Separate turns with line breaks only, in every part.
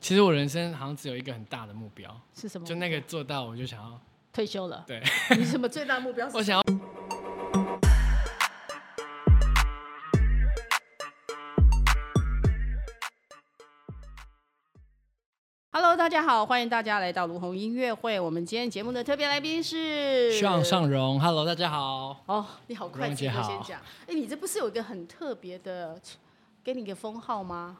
其实我人生好像只有一个很大的目标，
是什么？
就那个做到我就想要，
退休了。
对，
你什么最大目标是
我想要。
？Hello，大家好，欢迎大家来到卢红音乐会。我们今天节目的特别来宾是
向上荣，Hello，大家好。
哦，你好快，
荣姐
这个
好
先讲。哎、你这不是有一个很特别的，给你一个封号吗？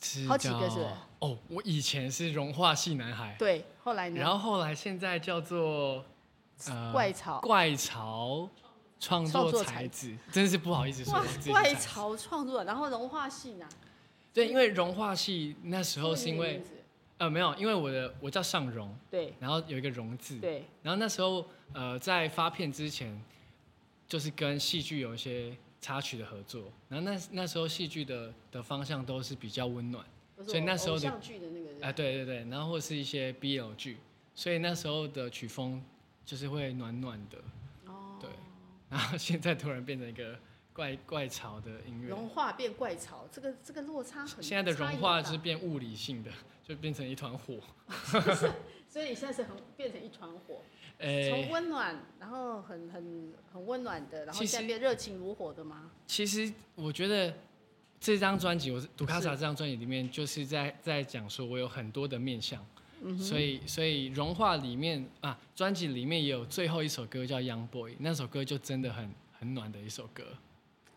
是
好几
叫
个是不是
哦，我以前是融化系男孩，
对，后来呢？
然后后来现在叫做呃
怪潮
怪潮创
创
作
作
才
才
子，真是不好意思说
哇
我自己，是
外
才子。
潮创作，然后融化系呢？
对，因为融化系那时候
这
是
你
因
的
为
名字
呃没有，因为我的我叫尚荣，
对
然后有一个荣字，
对
然后那时候呃，在发片之前，就是跟戏剧有一些插曲的合作。然后那那时候戏剧的的方向都是比较温暖，
不是
所以
我
那时候
偶
的
像剧的那个人
啊、对对对，然后或是一些 BL 剧，所以那时候的曲风就是会暖暖的，
哦，
对。然后现在突然变成一个怪怪潮的音乐，
融化变怪潮，这个这个落差很
现在的融化是
差异很
变物理性的，就变成一团火，
大所以你现在是很变成一团火，
诶、
从温暖，然后很很很温暖的，然后
哎其实
现在变热情如火的吗？
其实我觉得这张专辑，我是杜卡萨
是
这张专辑里面，就是在在讲说我有很多的面相，所以所以融化里面啊，专辑里面也有最后一首歌叫《Young Boy》，那首歌就真的很很暖的一首歌。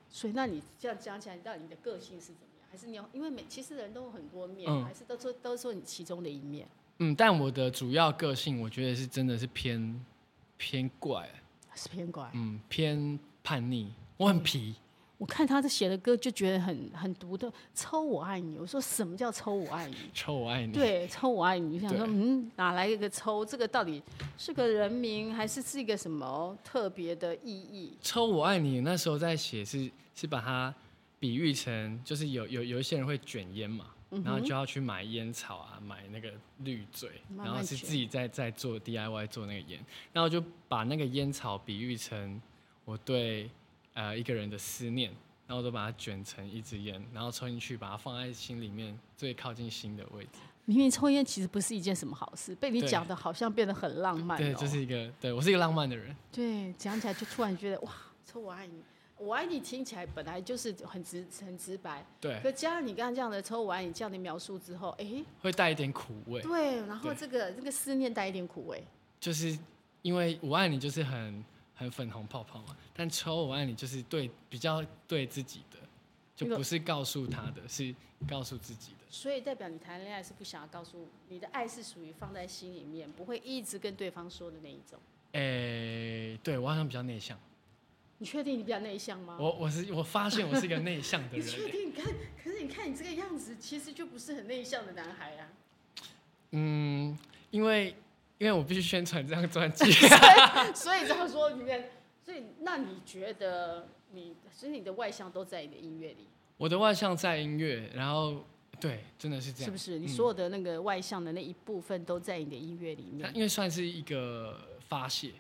所以那你这样讲起来，你到底你的个性是怎么样？还是你有因为每其实人都有很多面，
嗯
还是都说都说你其中的一面，
嗯，但我的主要个性，我觉得是真的是偏偏怪，
还是偏怪？
嗯，偏叛逆，我很皮。
我看他这写的歌就觉得很很独特，《抽我爱你》，我说什么叫抽我 爱你？
臭我爱你，
对，抽我爱你，就想说，
对
嗯，哪来一个抽？这个到底是个人名，还是是一个什么特别的意义？
抽我爱你那时候在写是是把它比喻成就是有有有一些人会卷烟嘛，
嗯
然后就要去买烟草啊，买那个滤嘴，
慢慢
然后是
卷
自己在在做 DIY 做那个烟，然后就把那个烟草比喻成我对呃一个人的思念，然后都把它卷成一支烟，然后抽进去，把它放在心里面最靠近心的位置。
明明抽烟其实不是一件什么好事，被你
对
讲的好像变得很浪漫、哦。
对，这是一个对我是一个浪漫的人，
对，讲起来就突然觉得哇，抽我爱你，我爱你听起来本来就是很直很直白，
对，
可加上你刚刚这样的抽我爱你这样的描述之后，哎，
会带一点苦味。
对，然后
对
这个这个思念带一点苦味，
就是因为我爱你就是很很粉红泡泡嘛，但抽我爱你就是对比较对自己的，就
那个
不是告诉他的，是告诉自己的。
所以代表你谈恋爱是不想要告诉你的爱是属于放在心里面，不会一直跟对方说的那一种。
诶、对我好像比较内向，
你确定你比较内向吗？
我我是我发现我是一个内向的
你确
人，
定？你看，可是你看你这个样子，其实就不是很内向的男孩啊。
嗯，因为因为我必须宣传这张专辑，
所以这样说，你看，所以那你觉得你，所以你的外向都在你的音乐里，
我的外向在音乐，然后对，真的是这
是
样
不，是？你
嗯
所有的那个外向的那一部分都在你的音乐里
它
面。
因为算是一个发泄，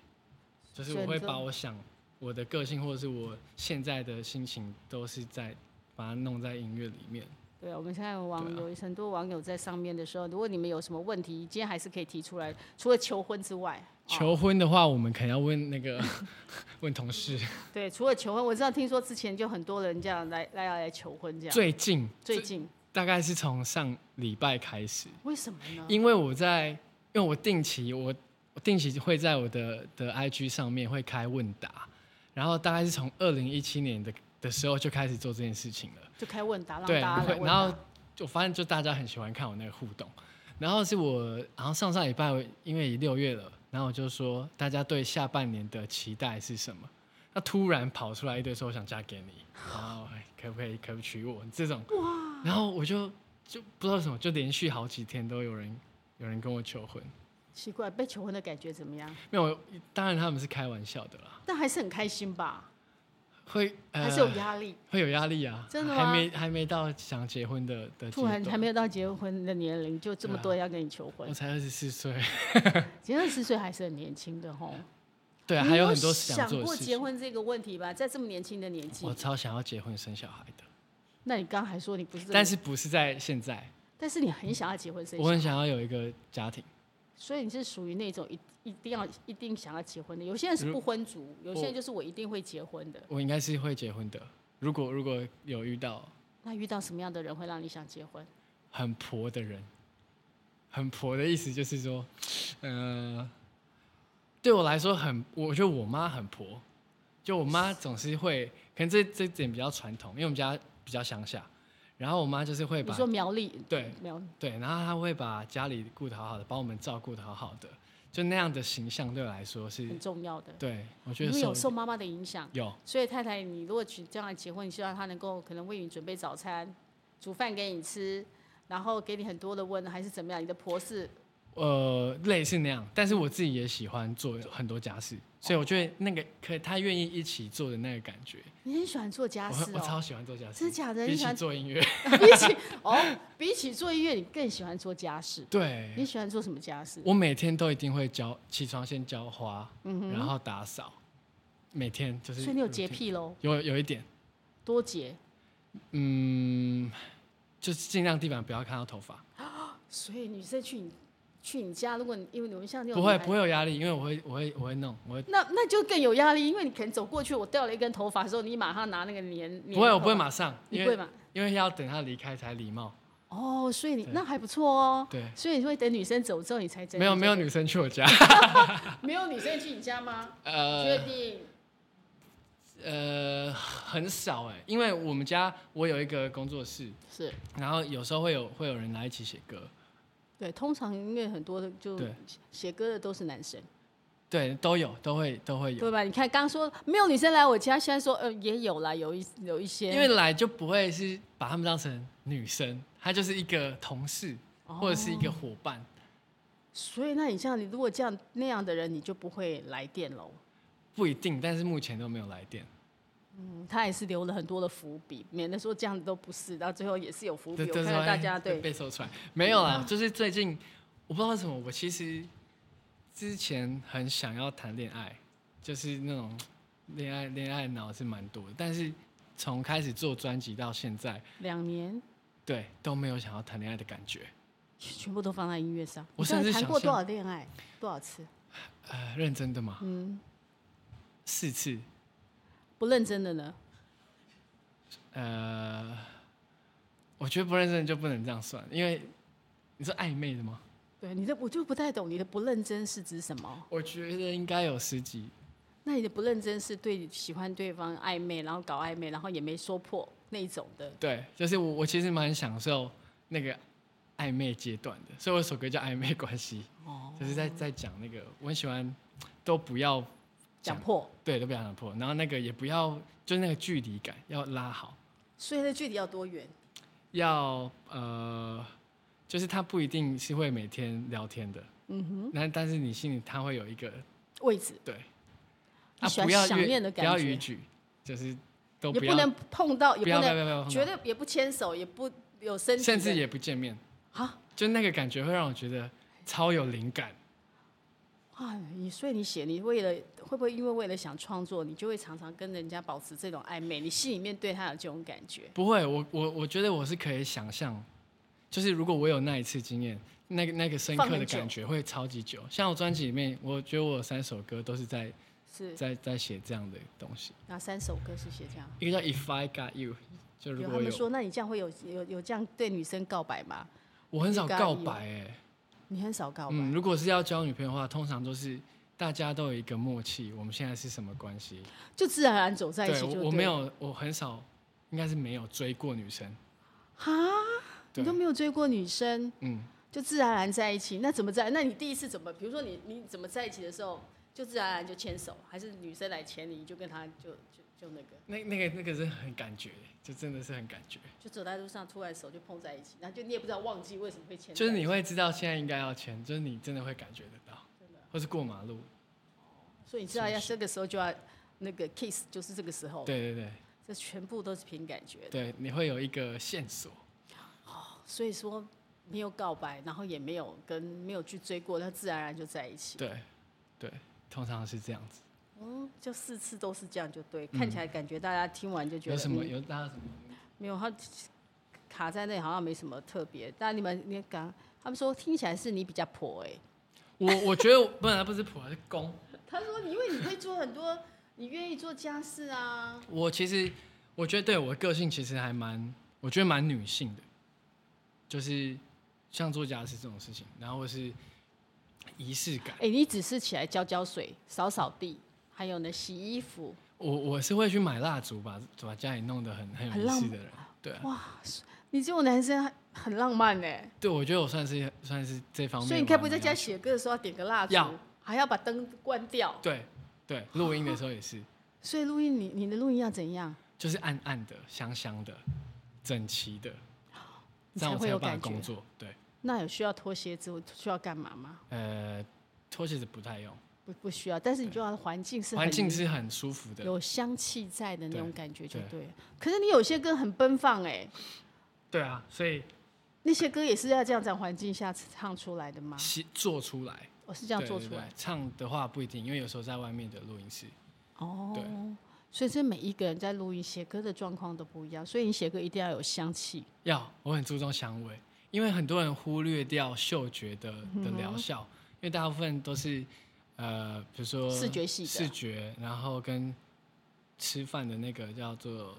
就是我会
真的
把我想我的个性或者是我现在的心情都是在把它弄在音乐里面。
对，啊我们现在有网
啊
友、很多网友在上面的时候，如果你们有什么问题，今天还是可以提出来。除了求婚之外，哦、
求婚的话，我们可能要问那 个问同事。
对，除了求婚，我知道听说之前就很多人这样来啊来来求婚这样。
最近
最近
大概是从上礼拜开始，
为什么呢？
因为我在因为我定期我我定期会在我的的 IG 上面会开问答，然后大概是从二零一七年的的时候就开始做这件事情了。
就开问答，让
对，
大家来
会
问答。
然后就发现就大家很喜欢看我那个互动，然后是我，然后上上礼拜因为六月了，然后我就说大家对下半年的期待是什么？那突然跑出来一堆说我想嫁给你，然后可不可以可不可以娶我这种，然后我就就不知道为什么，就连续好几天都有人有人跟我求婚，
奇怪，被求婚的感觉怎么样？
没有，当然他们是开玩笑的啦，
但还是很开心吧？
会、呃、
还是有压力？
会有压力啊，
真的
还
吗
没还没到想结婚的的阶
突然
段，
还没有到结婚的年龄，就这么
对啊
多人要跟你求婚
我，才二十四岁。
结二十岁还是很年轻的吼。
对，啊
你
还有很多
想
想做的
过
事
结
情。
婚这个问题吧？在这么年轻的年纪
我，超想要结婚生小孩的，
那你刚还说你不是这么，
但是不是在现在？
但是你很想要结婚生小
我很
孩，
想要有一个家庭。
所以你是属于那种一一定要一定想要结婚的。有些人是
如
不婚族，有些
嗯我
人就是我一定会结婚的。
我应该是会结婚的。如果如果有遇到
那遇到什么样的人会让你想结婚？
很婆的人，很婆的意思就是说，呃，对我来说很，我觉得我妈很婆，就我妈总是会，可能这这点比较传统，因为我们家比较乡下，然后我妈就是会
你
把
说苗栗
对
苗栗
对，然后她会把家里顾得好好的，把我们照顾得好好的，就那样的形象对我来说是
很，重要的，
对我觉
因
得
为有
受
受妈妈的影响。
有
所以太太，你如果去将来结婚，你希望她能够可能为你准备早餐，煮饭给你吃，然后给你很多的温，还是怎么样？你的婆是
呃，类似那样，但是我自己也喜欢做很多家事，所以我觉得那个可他愿意一起做的那个感觉，
你很喜欢做家
我
事
我超
哦，
喜欢做家事，
真的假的？
比
你
起
喜欢
做音乐，
比起哦，比起做音乐，你更喜欢做家事。你
对啊
喜欢做什么家事？
我每天都一定会浇，起床先浇花，
嗯
然后打扫，每天就是。
所以你有洁？癖喽，
有有一点，
多洁。
嗯，就是尽量地板不要看到头发，
所以女生去你去你家，如果你因为你们像那种
不会
女孩
不会有压力，因为我会我会我会弄，我会
那那就更有压力，因为你可能走过去，我掉了一根头发的时候，你马上拿那个粘粘。
不会我不会，马上，
你
因
不会
为
嘛？
因为要等他离开才礼貌，
哦，所以你
对
那还不错哦。
对，
所以你会等女生走之后，你才真
没有没有
女
女生去我 家，
没有女生去你家吗？
呃，
确定？
呃，很少哎、因为我们家我有一个工作室，
是
然后有时候会有会有人来一起写歌，
对，通常因为很多的就
对
写歌的都是男生，
对，都有，都会都会有，
对吧？你看刚说没有女生来我家，现在说呃也有啦，有一有一些，
因为来就不会是把他们当成女生，她就是一个同事或者是一
哦
个伙伴，
所以那你像你如果这样那样的人，你就不会来电喽。
不一定，但是目前都没有来电。
嗯，他也是留了很多的伏笔，免得说这样子都不是，到最后也是有伏笔。
对
我
对
看到
对
大家
被
对嗯
被搜出来没有啦，就是最近我不知道为什么，我其实之前很想要谈恋爱，就是那种恋爱恋爱脑是蛮多的，但是从开始做专辑到现在，
两年
对都没有想要谈恋爱的感觉。
全部都放在音乐上。
我
你到
甚
底
至
谈
想
过多
象
少恋爱，多少次？
呃，认真的吗？
嗯，
四次，
不认真的呢？
呃，我觉得不认真就不能这样算，因为你是暧昧的吗？
对你的我就不太懂你的不认真是指什么？
我觉得应该有十几，
那你的不认真是对喜欢对方暧昧，然后搞暧昧，然后也没说破那一种的。
对，就是我我其实蛮享受那个暧昧阶段的，所以我首歌叫《暧昧关系》，
哦，
就是在在讲那个我很喜欢，都不要
讲破，
对都不要讲破，然后那个也不要就是那个距离感要拉好，
所以那距离要多远？
要呃，就是他不一定是会每天聊天的，
嗯哼，
那但是你心里他会有一个
位置
对，
你
啊
喜欢
不要
想
越
念的
不要
感觉
逾矩，就是都
也
不要
不能碰到，也
不要不要
能
不要不要
绝对也不牵手，也不有身体的，
甚至也不见面，
啊
就那个感觉会让我觉得超有灵感。
啊！你所以你写，你为了会不会因为为了想创作，你就会常常跟人家保持这种暧昧？你心里面对他有这种感觉？
不会，我我我觉得我是可以想象，就是如果我有那一次经验，那个那个深
放
刻的
很久
感觉会超级久。像我专辑里面，我觉得我有三首歌都是在
是
在在写这样的东西，
哪三首歌是写这样？
一个叫 If I Got You，就如
有
果
他
有
们说，那你这样会有有有这样对女生告白吗？
我很少
If I Got
告
You
白哎、
你很少告白，
嗯，如果是要交女朋友的话，通常都是大家都有一个默契，我们现在是什么关系？
就自然而然走在一
对，
起就
我
了
我没有，我很少，应该是没有追过女生。
哈，
对
你都没有追过女生，
嗯，
就自然而然在一起，那怎么在？那你第一次怎么？比如说你你怎么在一起的时候，就自然而然就牵手，还是女生来牵你，你就跟她就就就那个，
那那个那个是很感觉，就真的是很感觉，
就走在路上突然手就碰在一起，然后就你也不知道忘记为什么会牵在一起，
就是你会知道现在应该要签，就是你真的会感觉得到，
真的，
或是过马路，
所以你知道要这个时候就要那个 kiss，就是这个时候，
对对对
这全部都是凭感哦觉的。
对，你会有一个线索。
所以说没有告白，然后也没有跟没有去追过，他自然而然就在一起。
对对，通常是这样子。
嗯，就四次都是这样，就对。看起来感觉大家听完就觉
嗯
得
有什么
嗯
有大家什么？
没有他卡在那里好像没什么特别。但你们你刚他们说听起来是你比较婆哎、
我我觉得我本来不是普，是公。
他说因为你会做很多，你愿意做家事啊，
我其实我觉得对我的个性其实还蛮，我觉得蛮女性的，就是像做家事这种事情，然后或是仪式感
哎、。你只是起来浇浇水、扫扫地，还有呢洗衣服，
我我是会去买蜡烛，把把家里弄得很很
很
有
浪
仪式的人。对啊，
你这种男生很浪漫哎、
对我觉得我算是算是这方面。
所以你该不会在家？写歌的时候要点个蜡烛
要，
还要把灯关掉？
对对，录音的时候也是，
所以录音你你的录音要怎样？
就是暗暗的、香香的、整齐的，
你
这样
才
我才
会有
有办
感
法工
觉
作。对，
那有需要脱鞋子，需要干嘛吗？
呃，拖鞋子不太用，
不不需要，但是你就要环境是很
环境是很舒服的。
有香气在的那种感觉就
对
对了。可是你有些歌很奔放哎、
对啊，所以
那些歌也是要这样子的环境下唱出来的吗？
其做出来，
我是这样
对
做
对
出
对
来
唱的话不一定，因为有时候在外面的录音室，对
哦。所以这每一个人在录音写歌的状况都不一样，所以你写歌一定要有香气。
要我很注重香味，因为很多人忽略掉嗅觉的
嗯
的疗效，因为大部分都是呃，比如说
视觉系的
视觉，然后跟吃饭的那个叫做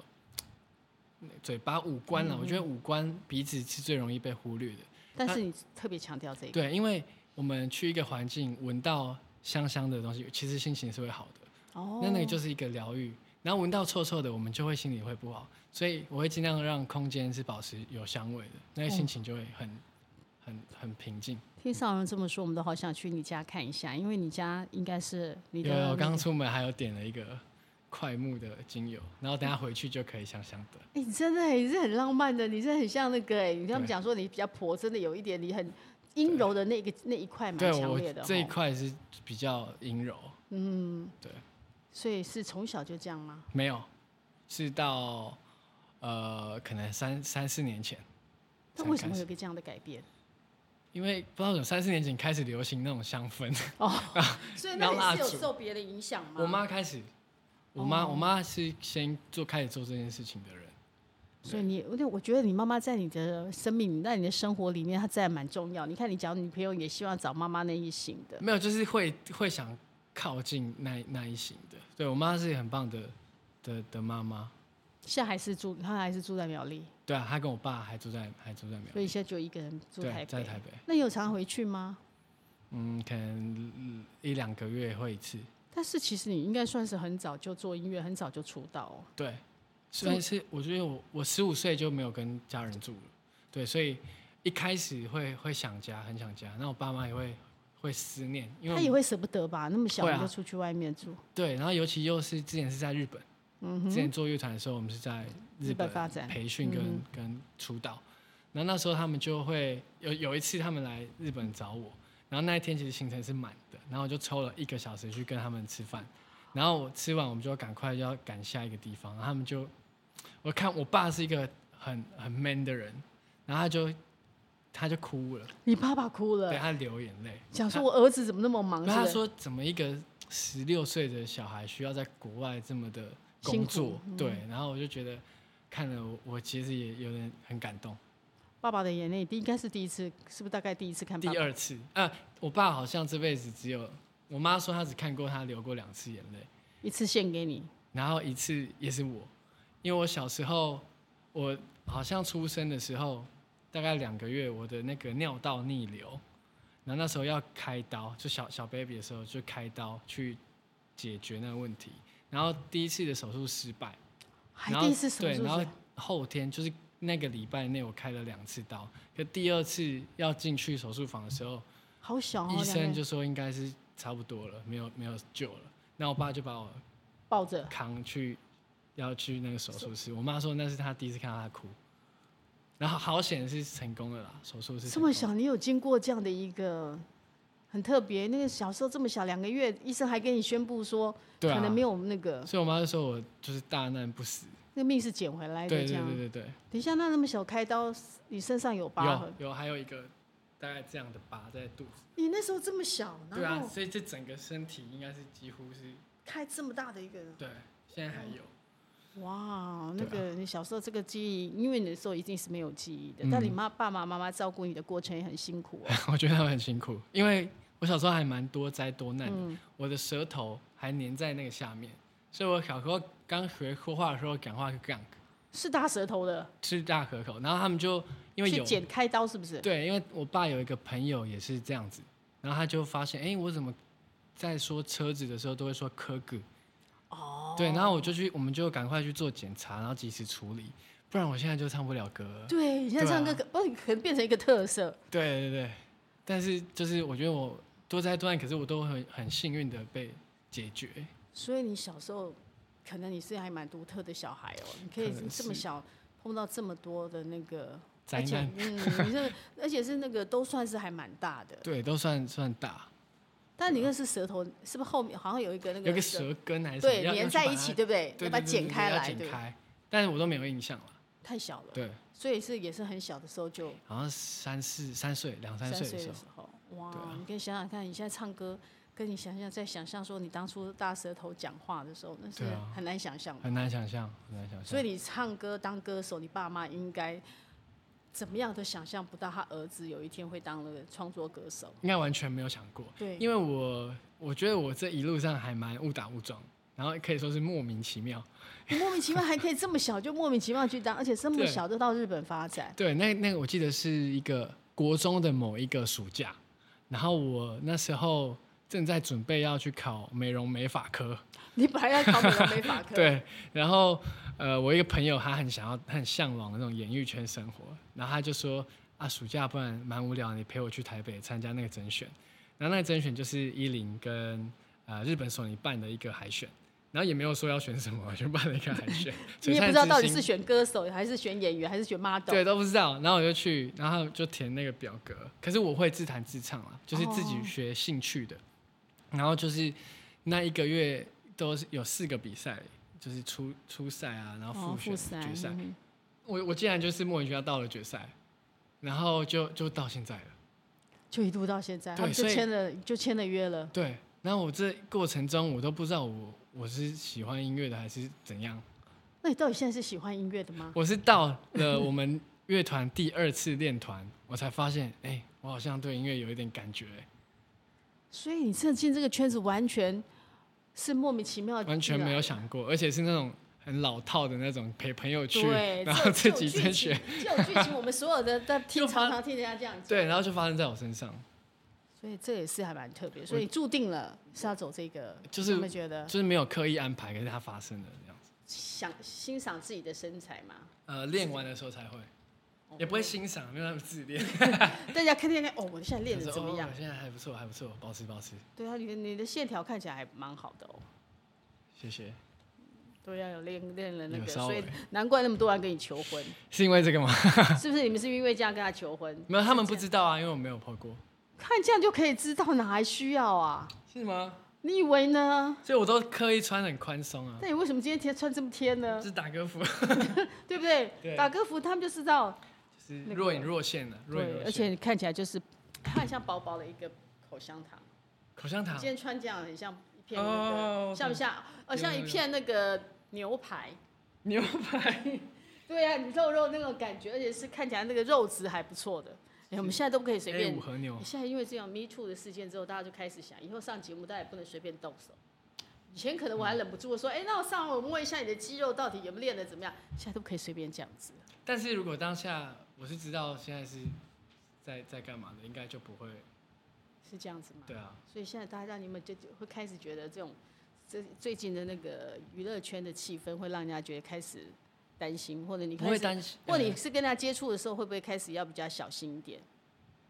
嗯嘴巴五官
嗯
了、我觉得五官鼻子是最容易被忽略的。
但是你特别强调这一个
对，因为我们去一个环境闻到香香的东西，其实心情是会好的。
哦，
那那个就是一个疗愈。然后闻到臭臭的，我们就会心里会不好，所以我会尽量让空间是保持有香味的，那个
哦
心情就会很、很很平静。
听上人这么说，我们都好想去你家看一下，因为你家应该是你
有，我
的。
刚出门还有点了一个快木的精油，然后等
嗯
下回去就可以香香的。
哎、你真的、欸，你是很浪漫的，你是很像那个哎、你他们
对
讲说你比较婆，真的有一点你很阴柔的那个那一块蛮
对
强
我
烈的
这一
哦，
块是比较阴柔，
嗯，
对，
所以是从小就这样吗？
没有，是到呃可能三三四年前，
那
才
为什
开
么
始
有一个这样的改变？
因为不知道有三四年前开始流行那种香氛，
所
然
以那
后蜡
你是有
烛
受别的影响吗？
我妈开始，我妈、
哦
我妈是先做开始做这件事情的人。
所以你，那我觉得你妈妈在你的生命、在你的生活里面，她真的蛮重要。你看，你交女朋友也希望找妈妈那一型的，
没有，就是会会想靠近那那一型的。对我妈是很棒的的的妈妈，
现在还是住，她还是住在苗栗，
对啊，她跟我爸还住在还住在苗
所以现在就一个人住
对，
台
在
北。
台北，
那你有常回去吗？
嗯，可能嗯一两个月会一次，
但是其实你应该算是很早就做音乐，很早就出道哦。
对，虽然是我觉得我我十五岁就没有跟家人住了，对，所以一开始会会想家，很想家，那我爸妈也会会思念，因为我
他也会舍不得吧？那么小
会啊
你就出去外面住，
对，然后尤其又是之前是在日本，
嗯
之前做乐团的时候，我们是在
日本发展嗯
培训跟、跟出道，然后那时候他们就会有有一次他们来日本找我，然后那一天其实行程是满的，然后我就抽了一个小时去跟他们吃饭，然后我吃完我们就赶快要赶下一个地方，然后他们就我看我爸是一个很很 man 的人，然后他就他就哭了，
你爸爸哭
对
了，
他流眼泪，
想说我儿子怎么那么忙？
那他
是不是
说，怎么一个十六岁的小孩需要在国外这么的工作？对，然后我就觉得看了我，我其实也有点很感动。
爸爸的眼泪，第应该是第一次，是不是大概第一次看爸
第
爸？
二次，呃，我爸好像这辈子只有我妈说她只看过他流过两次眼泪，
一次献给你，
然后一次也是我，因为我小时候我好像出生的时候大概两个月，我的那个尿道逆流，然后那时候要开刀，就小小 baby 的时候就开刀去解决那个问题，然后第一次的手术失败，
还
然后
第一次手
对，
术
然后
是
后天就是那个礼拜内我开了两次刀，可第二次要进去手术房的时候，
好小哦，
医
两个人
生就说应该是差不多了，没有没有救了，那我爸就把我
抱着，
扛去要去那个手术室。我妈说那是她第一次看到她哭，然后好险是成功的啦，手术是
这
成功
么
的
小，你有经过这样的一个很特别？那个小时候这么小，两个月，医生还跟你宣布说，
对
可能没
啊，
有那个，
所以我妈就说我就是大难不死，
那命是捡回来
对
的
对
这
对
样。
对对，
等一下，那那么小开刀，你身上有疤
有
痕？
有还有一个大概这样的疤在肚子，
你那时候这么小，
对
然
啊，
后
所以这整个身体应该是几乎是
开这么大的一个，
对，现在还有，
哇，那
对啊嗯
个你小时候这个记忆，因为你的时候一定是没有记忆的，但你妈爸爸妈妈照顾你的过程也很辛苦哦。
我觉得他们很辛苦，因为我小时候还蛮多灾多难的，
嗯
我的舌头还粘在那个下面，所以我小时候刚学说话的时候讲话是这样，
是大舌头的，
吃大可口，然后他们就因为
去
有
剪开刀是不是？
对，因为我爸有一个朋友也是这样子，然后他就发现，哎、我怎么在说车子的时候都会说科格？
哦，
对，然后我就去，我们就赶快去做检查，然后及时处理，不然我现在就唱不了歌了。
对，你现在唱歌
啊对
可不然可能变成一个特色。
对对对，但是就是我觉得我多灾多难，可是我都很很幸运的被解决。
所以你小时候，可能你是还蛮独特的小孩哦，你可以
可能
这么小碰到这么多的那个
灾难，
而且 嗯，你这个而且是那个都算是还蛮大的。
对，都算算大，
但你那是舌头，是不是后面好像有一个那个
有个舌根还是什么
对
要
粘在一起，，对不对？
要去把它对对
要把它
对
剪
对
开
要
来，
剪
对，
开，但是我都没有印象了。
太小了，
对，
所以是也是很小的时候就
好像三四三岁两三
三
岁的时
岁的
候，
时候，哇
对啊！
你可以想想看，你现在唱歌，跟你想象在想象说你当初大舌头讲话的时候，那是
对啊
很难想象的。
很难想象，很难想象。
所以你唱歌当歌手，你爸妈应该怎么样都想象不到，他儿子有一天会当那个创作歌手。
应该完全没有想过，
对，
因为我我觉得我这一路上还蛮误打误撞，然后可以说是莫名其妙。
你莫名其妙还可以这么小就莫名其妙去当，而且这么
对
小就到日本发展。
对，那那个我记得是一个国中的某一个暑假，然后我那时候正在准备要去考美容美发科，
你本来要考美容 美发科，。
对，然后呃，我一个朋友他很想要，他很向往的那种演艺圈生活，然后他就说啊，暑假不然蛮无聊，你陪我去台北参加那个甄选。然后那个甄选就是伊林跟呃日本索尼办的一个海选，然后也没有说要选什么，就办了一个海选
你也不
璀璨
知道
之
到底
星
是选歌手还是选演员还是选 model。
对，都不知道。然后我就去，然后就填那个表格。可是我会自弹自唱啊，就是自己
哦
学兴趣的。然后就是那一个月都是有四个比赛，就是初初赛啊，然后复
哦，
选、
复赛
决赛。
嗯
我我竟然就是莫名其妙到了决赛，然后就就到现在了。
就一度到现在，
对
他们就
所以
签了就签了约了。
对，然后我这过程中我都不知道我我是喜欢音乐的还是怎样。
那你到底现在是喜欢音乐的吗？
我是到了我们乐团第二次练团，我才发现，哎、我好像对音乐有一点感觉、
所以你这进这个圈子完全是莫名其妙，
完全没有。想过，而且是那种很老套的那种陪朋友去，
对，
然后
这
自己甄选，，
这种剧情这种剧情我们所 有的在听，
就发
常常听人家这样讲。
对，然后就发生在我身上，
所以这也是还蛮特别，所以注定了是要走这个，
就是
你们觉得
就是没有刻意安排，可是它发生了这样子。
想欣赏自己的身材嘛？
呃，练完的时候才会，
哦
也不会欣赏，没有那么自恋。
大家看看看，哦，我现在 练的
想说
怎么样
哦？？现在还不错，还不错，保持保持，
对啊，你的你的线条看起来还蛮好的哦。
谢谢。
对啊，有练练了那个，
有稍
所
微
以难怪那么多人跟你求 婚，
是因为这个吗？
是不是？你们是因为这样跟他求婚？
没有，他们不知道啊，因为我没有破过。
看这样就可以知道，哪还需要啊？
是吗？
你以为呢？
所以我都刻意穿很宽松啊，
那你为什么今天贴穿这么贴
就
呢？
是打 歌服，
对不对？
对
打歌服他们就知道，
就是若隐若现的，若隐
对，
若
而且
现。
你看起来就是，看像薄薄的一个口香糖。
口香
你
糖
今，天穿这样很像一片那个，
哦
像不像？
有
呃，像一
有有
片那个牛排。
牛排。
对啊，你肉肉那种感觉，而且是看起来那个肉质还不错的。哎，我们现在都可以随
A
便
五和牛
欸。现在因为这样 Me Too 的事件之后，大家就开始想，以后上节目大家也不能随便动手。以前可能我还忍不住说，哎、那我上来我摸一下你的肌肉到底有没有练的怎么样？现在都可以随便这样子。
但是如果当下我是知道现在是在在干嘛的，应该就不会。
是这样子吗？
对啊，
所以现在大家你们就就会开始觉得这种，这最近的那个娱乐圈的气氛会让人家觉得开始担心，或者你
不
开
会
始，
担心。
或者
呃
你是跟他接触的时候，会不会开始要比较小心一点？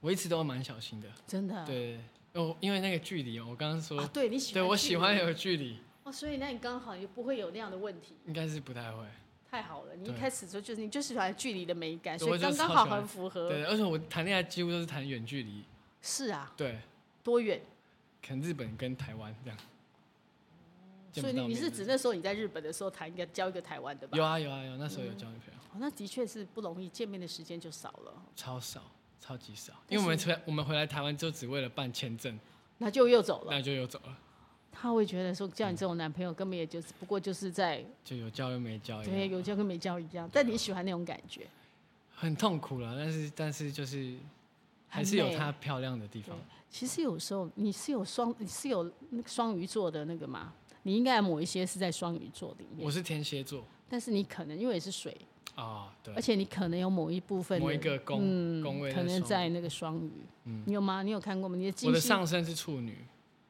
我一直都蛮小心的。
真的啊、
对，哦，因为那个距离，我刚刚说，
啊，对你喜欢，
对我喜欢有距离，
哦，所以那你刚好也不会有那样的问题，
应该是不太会。
太好了。你一
对
开始就就是你就喜欢距离的美感，
对
所
我
以
就
刚刚
超
好
喜欢
很符合。
对，而且我谈恋爱几乎都是谈远距离，
是啊，
对，
多远？
可能日本跟台湾这样。见
所
不
以
到
你
面
是指那时候你在日本的时候谈一个交一个台湾的吧？
有啊有啊有，那时候有交女朋友，
哦，那的确是不容易，见面的时间就少了，
超少，超级少。
嗯但
因为我们
是
回我们回来台湾就只为了办签证，
那就又走了。
那就又走了。
他会觉得说，叫你这种男朋友根本也就是不过就是在
就有教又没教一
对
样，
有教跟没教一
啊
样。但你喜欢那种感觉，
很痛苦了。但是但是就是还是有它漂亮的地
对
方。，
其实有时候你是有双，你是有那个双鱼座的那个嘛，你应该某一些是在双鱼座里面
我，是天蝎座
但是你可能因为你是水，
啊，对
而，且你可能有某一部分的
某一个宫
嗯
宫位
可能
双鱼
在那个双鱼，你有吗？你有看过吗？你的金
我的
星
上身是处女，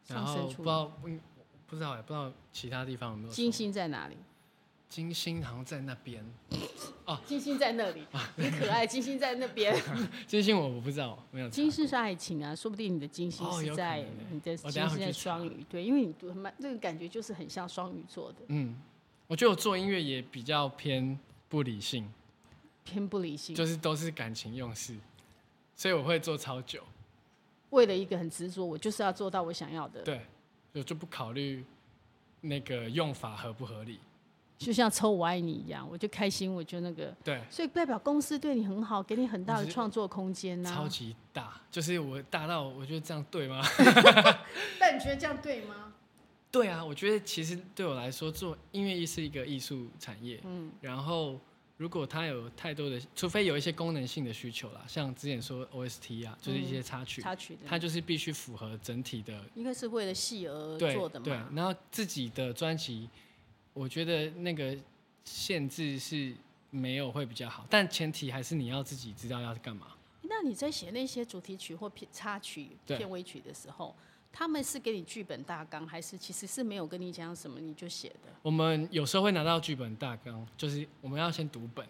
然
上升
后不
处女
知道嗯不知道也不知道其他地方有没有什
金
么
星在哪里？
金星好像在那边， 哦
金星在那里，你可爱，金星在那边。
金星我我不知道没有查
金星是爱情啊，说不定你的金星
哦有
是
可
在、
能欸
你的
我等
金
下回
星在
去
双鱼，对，因为你读蛮这个感觉就是很像双鱼座的，
嗯，我觉得我做音乐也比较偏不理性，
偏不理性，
就是都是感情用事，所以我会做超久，
为了一个很执着，我就是要做到我想要的，
对，我就不考虑那个用法合不合理，
就像抽我爱你一样，我就开心，我就那个，
对，
所以代表公司对你很好，给你很大
我
的
只
创作空间呐、
超级大，就是我大到我觉得这样对吗？
但你觉得这样对吗？
对啊，我觉得其实对我来说，做音乐是一个艺术产业。
嗯，
然后如果它有太多的，除非有一些功能性的需求啦，像之前说 OST 啊，就是一些插曲，
插曲的，
它就是必须符合整体的
应该是为了戏而
对
做的
对
嘛，。
然后自己的专辑，我觉得那个限制是没有会比较好，但前提还是你要自己知道要干嘛。
那你在写那些主题曲或片插曲、
对
片尾曲的时候，他们是给你剧本大纲，还是其实是没有跟你讲什么你就写的？
我们有时候会拿到剧本大纲，就是我们要先读本。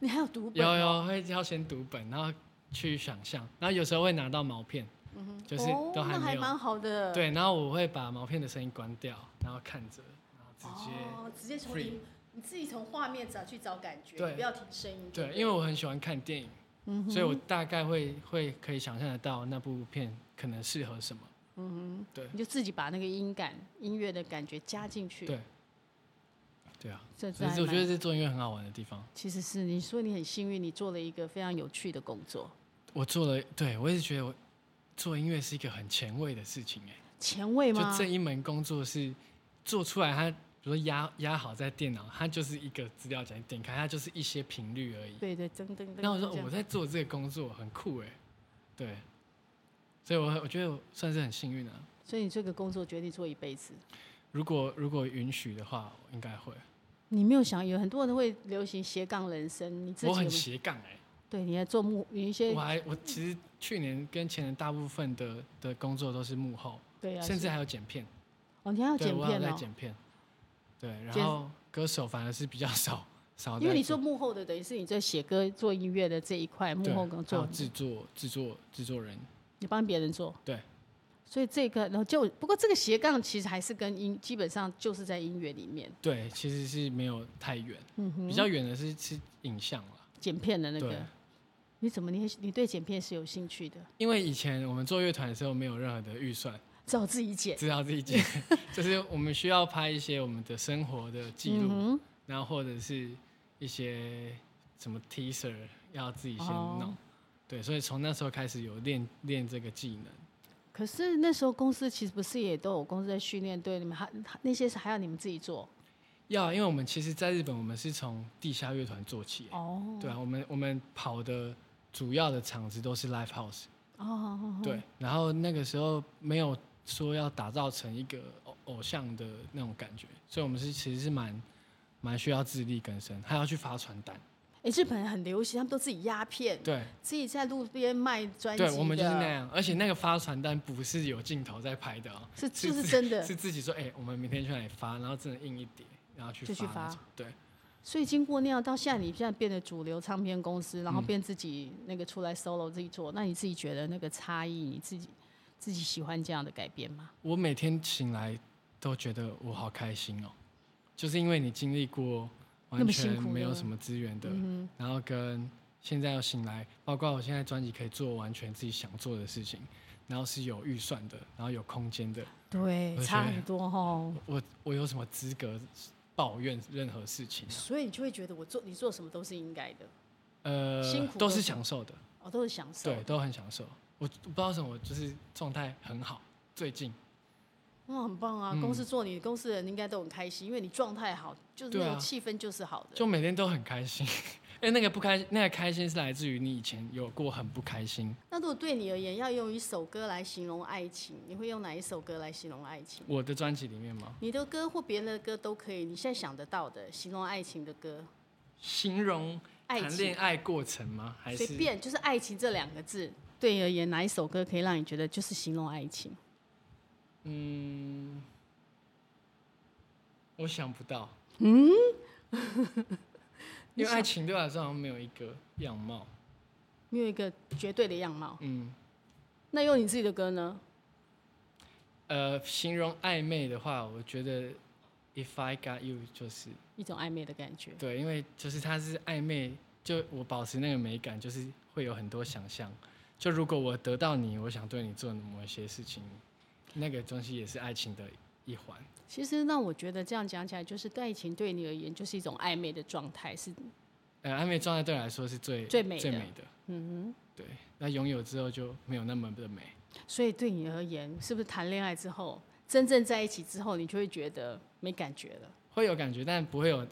你还有读本
有
哦、
有会要先读本，然后去想象，然后有时候会拿到毛片，就是
哦
都没
那还
有、
蛮呃好的。
对，然后我会把毛片的声音关掉，然后看着，然后直接、
哦，直接从
free
你你自己从画面找去找感觉，
对
你不要听声音。
对，
为
因为我很喜欢看电影，
嗯
所以我大概会会可以想象得到那部片可能适合什么。
你就自己把那个音感、音乐的感觉加进去。
对对啊，
这这
所以
还
我觉得
蛮
这做音乐很好玩的地方。
其实是你说你很幸运，你做了一个非常有趣的工作，
我做了，对我一直觉得我做音乐是一个很前卫的事情哎、
前卫
就
吗？
这一门工作是做出来它，比如说压压好在电脑，它就是一个资料夹，你点开它就是一些频率而已。
对对，噔噔噔。
然后我说
这样
我在做这个工作很酷哎，对，所以我我觉得我算是很幸运的、啊。
所以你这个工作决定做一辈子。
如果如果允许的话，我应该会。
你没有想，有很多人会流行斜杠人生，你自己
我
有
很
没有？
斜杠哎、
对，你还做幕，有一些
我还我其实去年跟前年大部分的的工作都是幕后，
对啊，
甚
是
至还有剪片，
哦，你还要
对
剪
我还有
片
在
哦，
剪片，对，然
剪
后歌手反而是比较少 少在做，
因为你做幕后的，等于是你在写歌、做音乐的这一块幕
对
后工
还有
作，
制作、制作、制作人，
你帮别人做。
对，
所以这个，然后就不过这个斜杠其实还是跟音，基本上就是在音乐里面
对，其实是没有太远，比较远的是是影像了。
剪片嗯的那
对
个。你怎么你你对剪片是有兴趣的？
因为以前我们做乐团的时候没有任何的预算，
只好自己剪。
只好自己 剪，就是我们需要拍一些我们的生活的记录，
嗯哼，
然后或者是一些什么 teaser 要自己先弄。
哦
对，所以从那时候开始有练练这个技能。
可是那时候公司其实不是也都有公司在训练队，你们还那些是还要你们自己做
要，因为我们其实在日本，我们是从地下乐团做起。
哦。
对啊，我们我们跑的主要的场子都是 live house。
哦哦，哦
对，然后那个时候没有说要打造成一个偶偶像的那种感觉，所以我们是其实是蛮蛮需要自力更生，还要去发传单。
哎、日本人很流行，他们都自己压片，
对，
自己在路边卖专辑
对
的，
我们就是那样，而且那个发传单不是有镜头在拍的哦，
是就
自
是真的。
是自己说，哎、我们明天去哪里发，然后真的印一叠，然后去
就去
发那
发
种。对，
所以经过那样到现在，你现在变得主流唱片公司，然后变自己那个出来 solo 自己做，那你自己觉得那个差异，你自己自己喜欢这样的改变吗？
我每天醒来都觉得我好开心哦，就是因为你经历过完
那么辛
全
苦的
没有什么资源的，然后跟现在又醒来，包括我现在专辑可以做完全自己想做的事情，然后是有预算的，然后有空间的，
对
我觉得
差很多哦。
我我有什么资格抱怨任何事情？
所以你就会觉得我做你做什么都是应该的，
呃
辛苦，
都
都
是
是
享受的，
我都是享受。
对，都很享受。我我不知道为什么，我就是状态很好，最近
哇，很棒
嗯
啊！公司做你公司人应该都很开心，因为你状态好，就是
对
那
啊
种气氛就是好的。
就每天都很开心。哎，那个不开，那个开心是来自于你以前有过很不开心。
那如果对你而言，要用一首歌来形容爱情，你会用哪一首歌来形容爱情？
我的专辑里面吗？
你的歌或别人的歌都可以，你现在想得到的形容爱情的歌，
形容
爱
谈
情
恋爱过程吗？还
随
是
便就是爱情这两个字，对你而言哪一首歌可以让你觉得就是形容爱情？
嗯，我想不到。 嗯， 因为爱情对我来说好像没有一个样貌。
没有一个绝对的样貌。
嗯，
那用你自己的歌呢？
呃，形容暧昧的话，我觉得 if I got you 就是
一种暧昧的感觉。
对，因为就是它是暧昧，就我保持那个美感，就是会有很多想象。就如果我得到你，我想对你做某一些事情，那个东西也是爱情的一环。
其实那我觉得这样讲起来，就是对爱情对你而言就是一种暧昧的状态，是
呃，暧昧状态对我来说是最
最美的
最美的。嗯对。那拥有之后就没有那么的美。
所以对你而言，是不是谈恋爱之后，真正在一起之后，你就会觉得没感觉了？
会有感觉，但不会有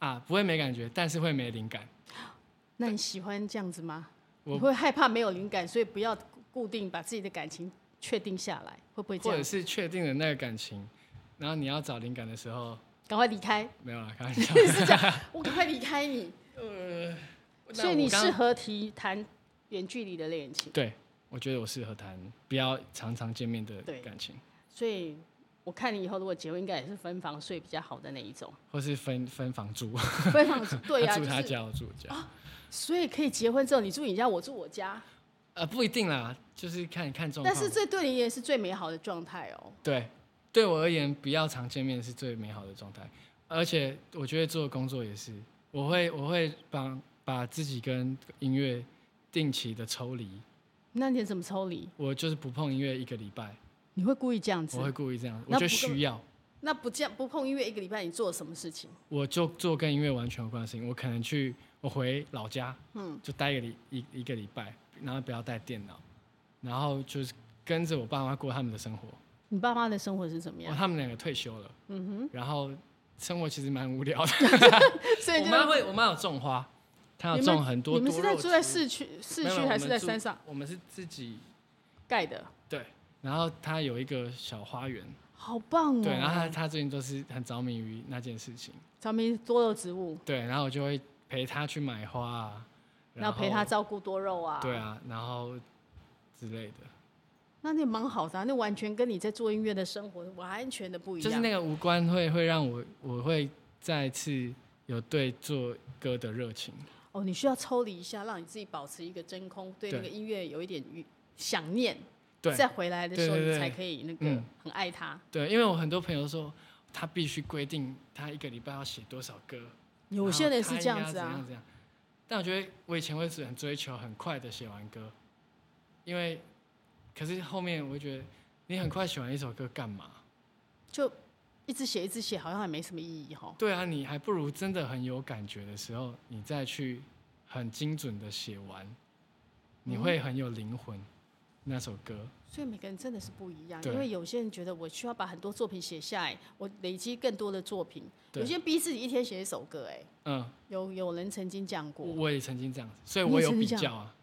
啊，不会没感觉，但是会没灵感。
那你喜欢这样子吗？
我
你会害怕没有灵感，所以不要固定把自己的感情确定下来，会不会这
或者
样？
是确定了那个感情，然后你要找灵感的时候，
赶快离开，
没有啦，开玩笑。
我赶快离开你。
那
所以你
我刚
适合提谈远距离的恋情。
对，我觉得我适合谈不要常常见面的
对
感情，
所以我看你以后如果结婚，应该也是分房睡比较好的那一 种。
或是分分房住，啊
分房睡对呀、
他住他
就是
家，我住我家。
所以可以结婚之后，你住你家，我住我家，
呃，不一定啦，就是看看状
但
况。
是这对你也是最美好的状态哦。
对，对我而言，不要常见面是最美好的状态。而且我觉得做工作也是，我会我会把把自己跟音乐定期的抽离，
那你怎么抽离？
我就是不碰音乐一个礼拜，
你会故意这样子
我？会故意这样，
那
我就
不跟
需要，
那不这样不碰音乐一个礼拜，你做了什么事情？
我就做跟音乐完全无关的事情。我可能去，我回老家，嗯，就待一个礼一一个礼拜，然后不要带电脑，然后就是跟着我爸妈过他们的生活。
你爸妈的生活是怎么
哦
样？
他们两个退休了，嗯哼，然后生活其实蛮无聊的。
所以
我
就
妈会，我妈有种花，她有
你
种
们
很多
你们
多
是在
肉
住在
植物
市区市
没有
区
没有
还
我
是
们
在
住
山上
我们是自己
盖的？
对，然后她有一个小花园，
好棒哦！
对，然后她她最近都是很着迷于那件事情，
咱们多肉植物，
对，然后我就会陪她去买花啊，
然后陪他
她，
照顾多肉啊。
对啊，然后之类的，
那你蛮好的、啊，那完全跟你在做音乐的生活完全的不一
就
样。
是那个无关会会让我我会再次有对做歌的热情，
哦，你需要抽离一下，让你自己保持一个真空，对那
对
个音乐有一点余想念，
对
再回来的时候
对对
你
对
才可以那个
嗯
很爱它。
对，因为我很多朋友说他必须规定他一个礼拜要写多少歌。
嗯有些人是这样子
然后他应该要怎
啊
样，怎样但我觉得我以前会是很追求很快的写完歌，因为可是后面我会觉得你很快写完一首歌干嘛？
就一直写一直写，好像也没什么意义哈。
对啊，你还不如真的很有感觉的时候，你再去很精准的写完，你会
嗯
很有灵魂。那首歌，
所以每个人真的是不一样，
对
因为有些人觉得我需要把很多作品写下来，我累积更多的作品；
对
有些人逼自己一天写一首歌、哎，
嗯，
有有人曾经讲
我
过，
我也曾经这样子，所以
你也
我有
曾
比
经这样
较啊。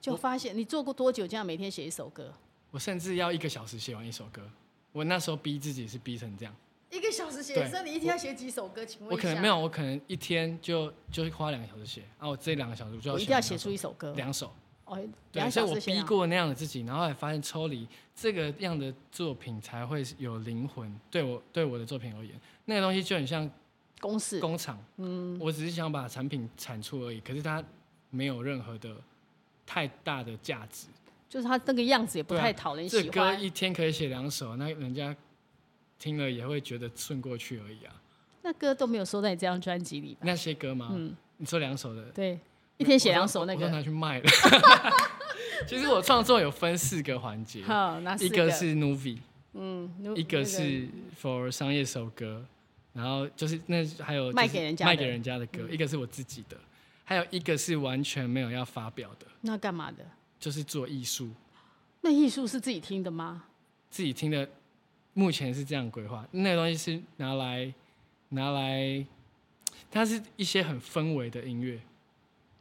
就发现你做过多久这样每天写一首歌？
我甚至要一个小时写完一首歌，我那时候逼自己是逼成这样。
一个小时写，
对
那你一天要写几首歌？请问
我
一
可
下，
能没有，我可能一天就就是花两个小时写，啊，我这两个小时我就要
我一定要
写
写
完
出一首歌。
两首，
哦，
对，
两
所以
小
我
时写啊
逼
两
过那样的自己，然后还发现抽离这个样的作品才会有灵魂。对我对我的作品而言，那个东西就很像
公式。
工厂，嗯，我只是想把产品产出而已，可是它没有任何的太大的价值。
就是他那个样子也不
对啊
太讨人
这
喜
歌
欢。
一天可以写两首，那人家听了也会觉得顺过去而已啊。
那歌都没有收在你这张专辑里吧？
那些歌吗？你说两首的，
对，一天嗯写两首那
我都
个。
拿去卖了。 其实我创作有分四个环节，
好，那四
一个是 n o v i
嗯，那
一个
那
是 for 商业首歌，然后就是那还有就是
卖给人家的嗯
卖给人家的歌，一个是我自己的，还有一个是完全没有要发表的，
那干嘛的？
就是做艺术
那艺术是自己听的吗？
自己听的。目前是这样规划，那个东西是拿来拿来，它是一些很氛围的音乐，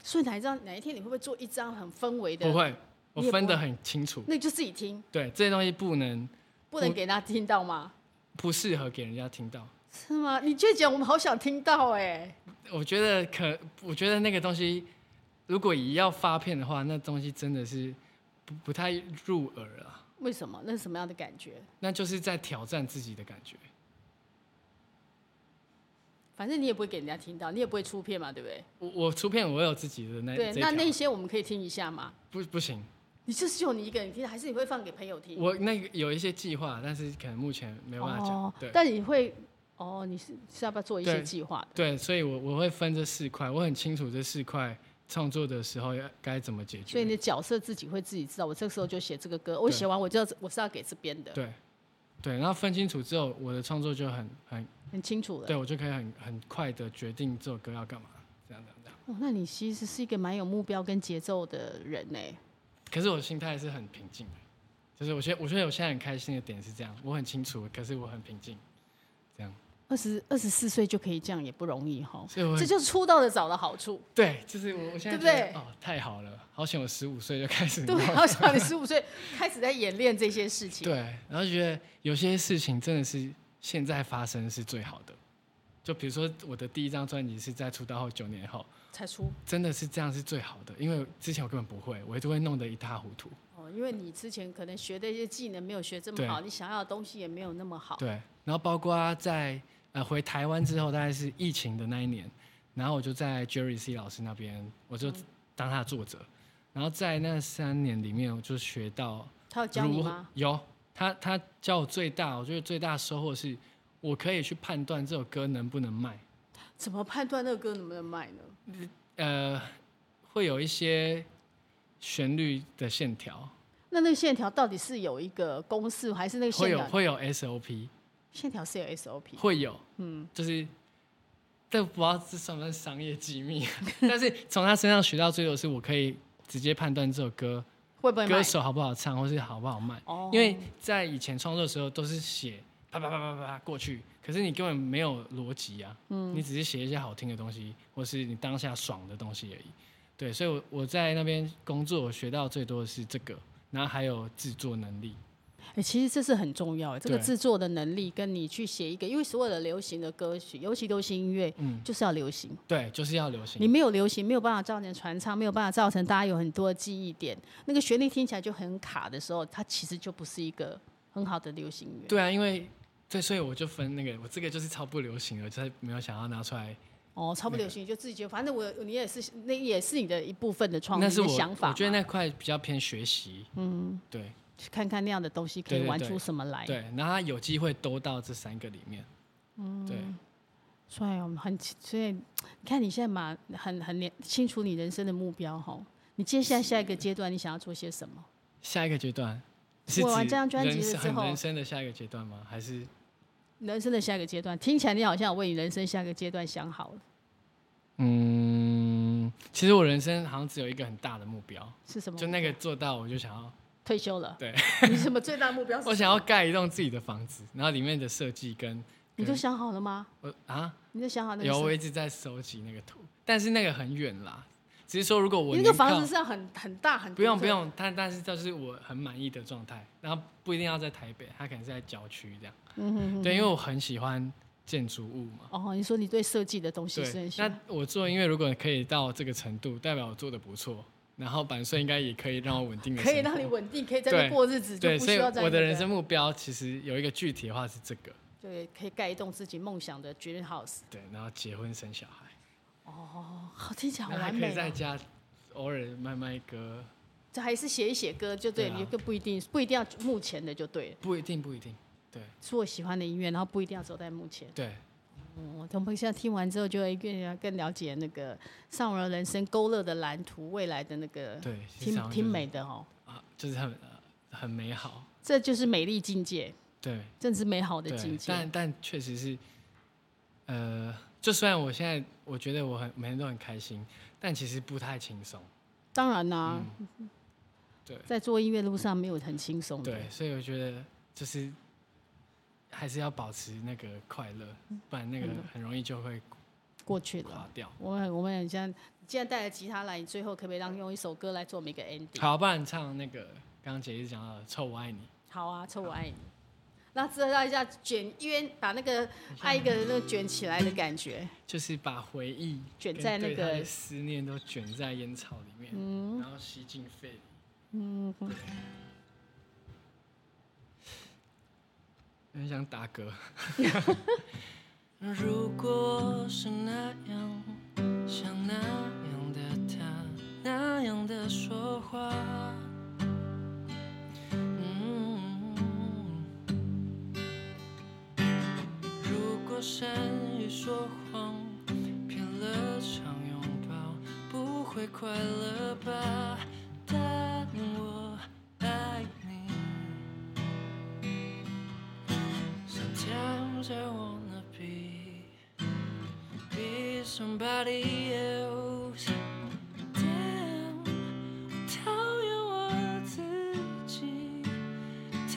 所以哪一张哪一天你会不会做一张很氛围的？
不，会，我
你也不
分得
会
很清楚。
那你就自己听，
对，这些东西不能
不能
我
给大家听到吗？
不适合给人家听到。
是吗？你这样讲我们好想听到哎、
我觉得可，我觉得那个东西，如果以要发片的话，那东西真的是不不太入耳啊。
为什么？那是什么样的感觉？
那就是在挑战自己的感觉。
反正你也不会给人家听到，你也不会出片嘛，对不对？
我我出片，我有自己的那
对，
这
那
一条
那些我们可以听一下嘛。
不不行，
你就是只有你一个人听，还是你会放给朋友听？
我那个有一些计划，但是可能目前没办法讲。
哦
对
但你会哦，你是是要不要做一些
对
计划的？
对，所以我我会分这四块，我很清楚这四块创作的时候要该怎么解
所以你
决。
的角色自己会自己知道。我这个时候就写这个歌，我写完我就要我是要给这边的，
对对，然后分清楚之后，我的创作就很很
很清楚了。
对我就可以很很快的决定这首歌要干嘛，这样这样这样。
哦，那你其实是一个蛮有目标跟节奏的人呢。
可是我心态是很平静的，就是我现我觉得我现在很开心的点是这样，我很清楚，可是我很平静，这样。
二十二十四岁就可以这样，也不容易哈。
所以我
这就是出道的早的好处，
对，就是我我现在觉
对
得
不对
哦，太好了，好险我十五岁就开始
对
弄。，
好像你十五岁开始在演练这些事情。
对，然后觉得有些事情真的是现在发生是最好的。就比如说我的第一张专辑是在出道后九年后，
才出
真的是这样是最好的，因为之前我根本不会，我就会弄得一塌糊涂。
哦，因为你之前可能学的一些技能没有学这么
对
好，你想要的东西也没有那么好。
对，然后包括在呃回台湾之后，大概是疫情的那一年，然后我就在 Jerry C 老师那边，我就当他的作者。然后在那三年里面，我就学到
他有教你
如
吗？
有他他教我最大，我觉得最大的收获是，我可以去判断这首歌能不能卖。
怎么判断那个歌能不能卖呢？
呃，会有一些旋律的线条，
那那个线条到底是有一个公式，还是那个
会
线
有
条？
会有 SOP，
线条是有 SOP，
会有，
嗯
嗯，就是，但不知道这算不算商业机密。啊 但是从他身上学到最多的是，我可以直接判断这首歌
会不会卖
歌？手好不好唱，或是好不好卖。
哦
因为在以前创作的时候都是写啪啪啪啪啪啪过去，可是你根本没有逻辑啊，嗯，你只是写一些好听的东西，或是你当下爽的东西而已。对，所以我我在那边工作，我学到最多的是这个，然后还有制作能力。
哎、其实这是很重要，这个
对
制作的能力跟你去写一个，因为所有的流行的歌曲，尤其流行音乐，
嗯
就是要流行。
对，就是要流行
你。没有流行，没有办法造成传唱，没有办法造成大家有很多记忆点。那个旋律听起来就很卡的时候，它其实就不是一个很好的流行音乐。
对啊，因为对，所以我就分那个，我这个就是超不流行的，就是没有想要拿出来。
哦，超不流行就自己觉得，反正我你也是，那也是你的一部分的创意
那是
的
我
想法嘛。
我觉得那块比较偏学习。嗯，对
去看看那样的东西可
对
以
对
玩
对
出什么来。
对，然后他有机会都到这三个里面。嗯，对
所以我们很期所以你看你现在嘛，很很了清楚你人生的目标哈。你接下来下一个阶段你想要做些什么？
下一个阶段是指
我完这张专辑
人
了
生
之
很
后
人生的下一个阶段吗？还是
人生的下一个阶段，听起来你好像有为你人生下一个阶段想好了，
嗯，其实我人生好像只有一个很大的目标，
是什么？
就那个做到，我就想要，
退休了。
对，
你什么最大目标是什 么？
我想要盖一栋自己的房子，然后里面的设计跟
你就想好了吗？
我啊，
你就想好那个
有，我
是？
一直在收集那个图，但是那个很远啦。只是说，如果我
你那个
能靠
房子是要很很大很
不用
独
不
特
用，但但是这是我很满意的状态，然后不一定要在台北，它可能是在郊区这样。
嗯哼哼
对，因为我很喜欢建筑物嘛。
哦，你说你对设计的东西是
对
很，喜欢
那我做音乐如果可以到这个程度，代表我做的不错，然后版税应该也可以让我稳定的
可以让你
你
稳定，可以在那
对
过日子，就
对，
不
所
需
以
要在
我的
那
人
个
生目标其实有一个具体的话是这个，
对，可以盖一栋自己梦想的 dream house。
对，然后结婚生小孩，
哦，好听起来好
然后还
完
可
美
以在
哦。
家偶尔卖卖歌，
这还是写一写歌就对，
对啊
你就不一定不一定要目前的就对了，
不一定不一定，对
做喜欢的音乐，然后不一定要走在幕前。
对，
哦，我们现在听完之后，就会更更了解那个上文的人生勾勒的蓝图，未来的那个
对欣赏就
挺
是
挺美的哦，
啊，就是很呃很美好，
这就是美丽境界，
对。
正是美好的
对，
境界。
但但确实是，呃，就虽然我现在我觉得我很每天都很开心，但其实不太轻松。
当然啦、
对
嗯在做音乐路上没有很轻松的。
对，所以我觉得就是
还是要保持那个快乐，
嗯
不然那个很容易就会
过去了。
垮掉。
我们我们很像，你既然带了吉他来，你最后可不可以让用一首歌来做每个 ending？
好，不然唱那个刚刚姐姐讲到的《臭我爱你》，
好啊，臭我爱你。那知道一下卷冤，把那个爱一个人那个卷起来的感觉。
就是把回忆
卷
跟
在那
对他的
个
思念都卷在烟草里面，然后吸进肺里。
嗯，
很想打嗝。 如果是那样，像那样的他，那样的说话，嗯。如果善于说谎，骗了场拥抱，不会快乐吧？但我爱你。Sometimes I wanna be be somebody else. Damn，我讨厌我自己，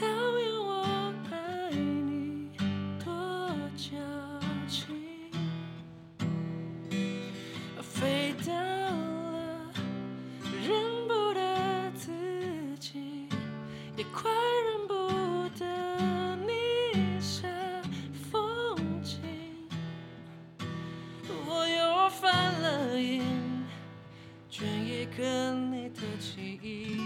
讨厌我爱你，多矫情。飞到了认不得自己，也快认不得你是风景。我又犯了瘾，倦意跟你的记忆，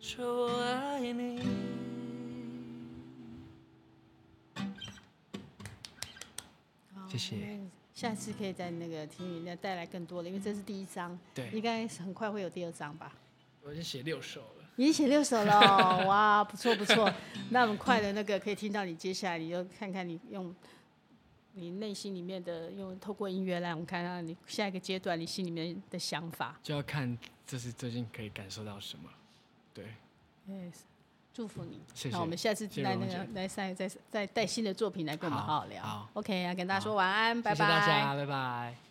说我爱你。谢谢。
下次可以在那个听云再带来更多的，因为这是第一章，
对
应该是很快会有第二章吧。
我已经写六首了，
已经写六首了 哦，哇，不错不错。那很快的那个可以听到你接下来，你就看看你用你内心里面的，用透过音乐来，我们看看你下一个阶段你心里面的想法。
就要看这是最近可以感受到什么。对，
Yes，祝福你。
谢谢
那我们下次
谢谢
来
蓉
那
姐
个来上再再带新的作品来跟我们
好
好好聊
好。
OK 啊，跟大家说
好
晚安，拜
谢谢大
拜。
家，拜拜。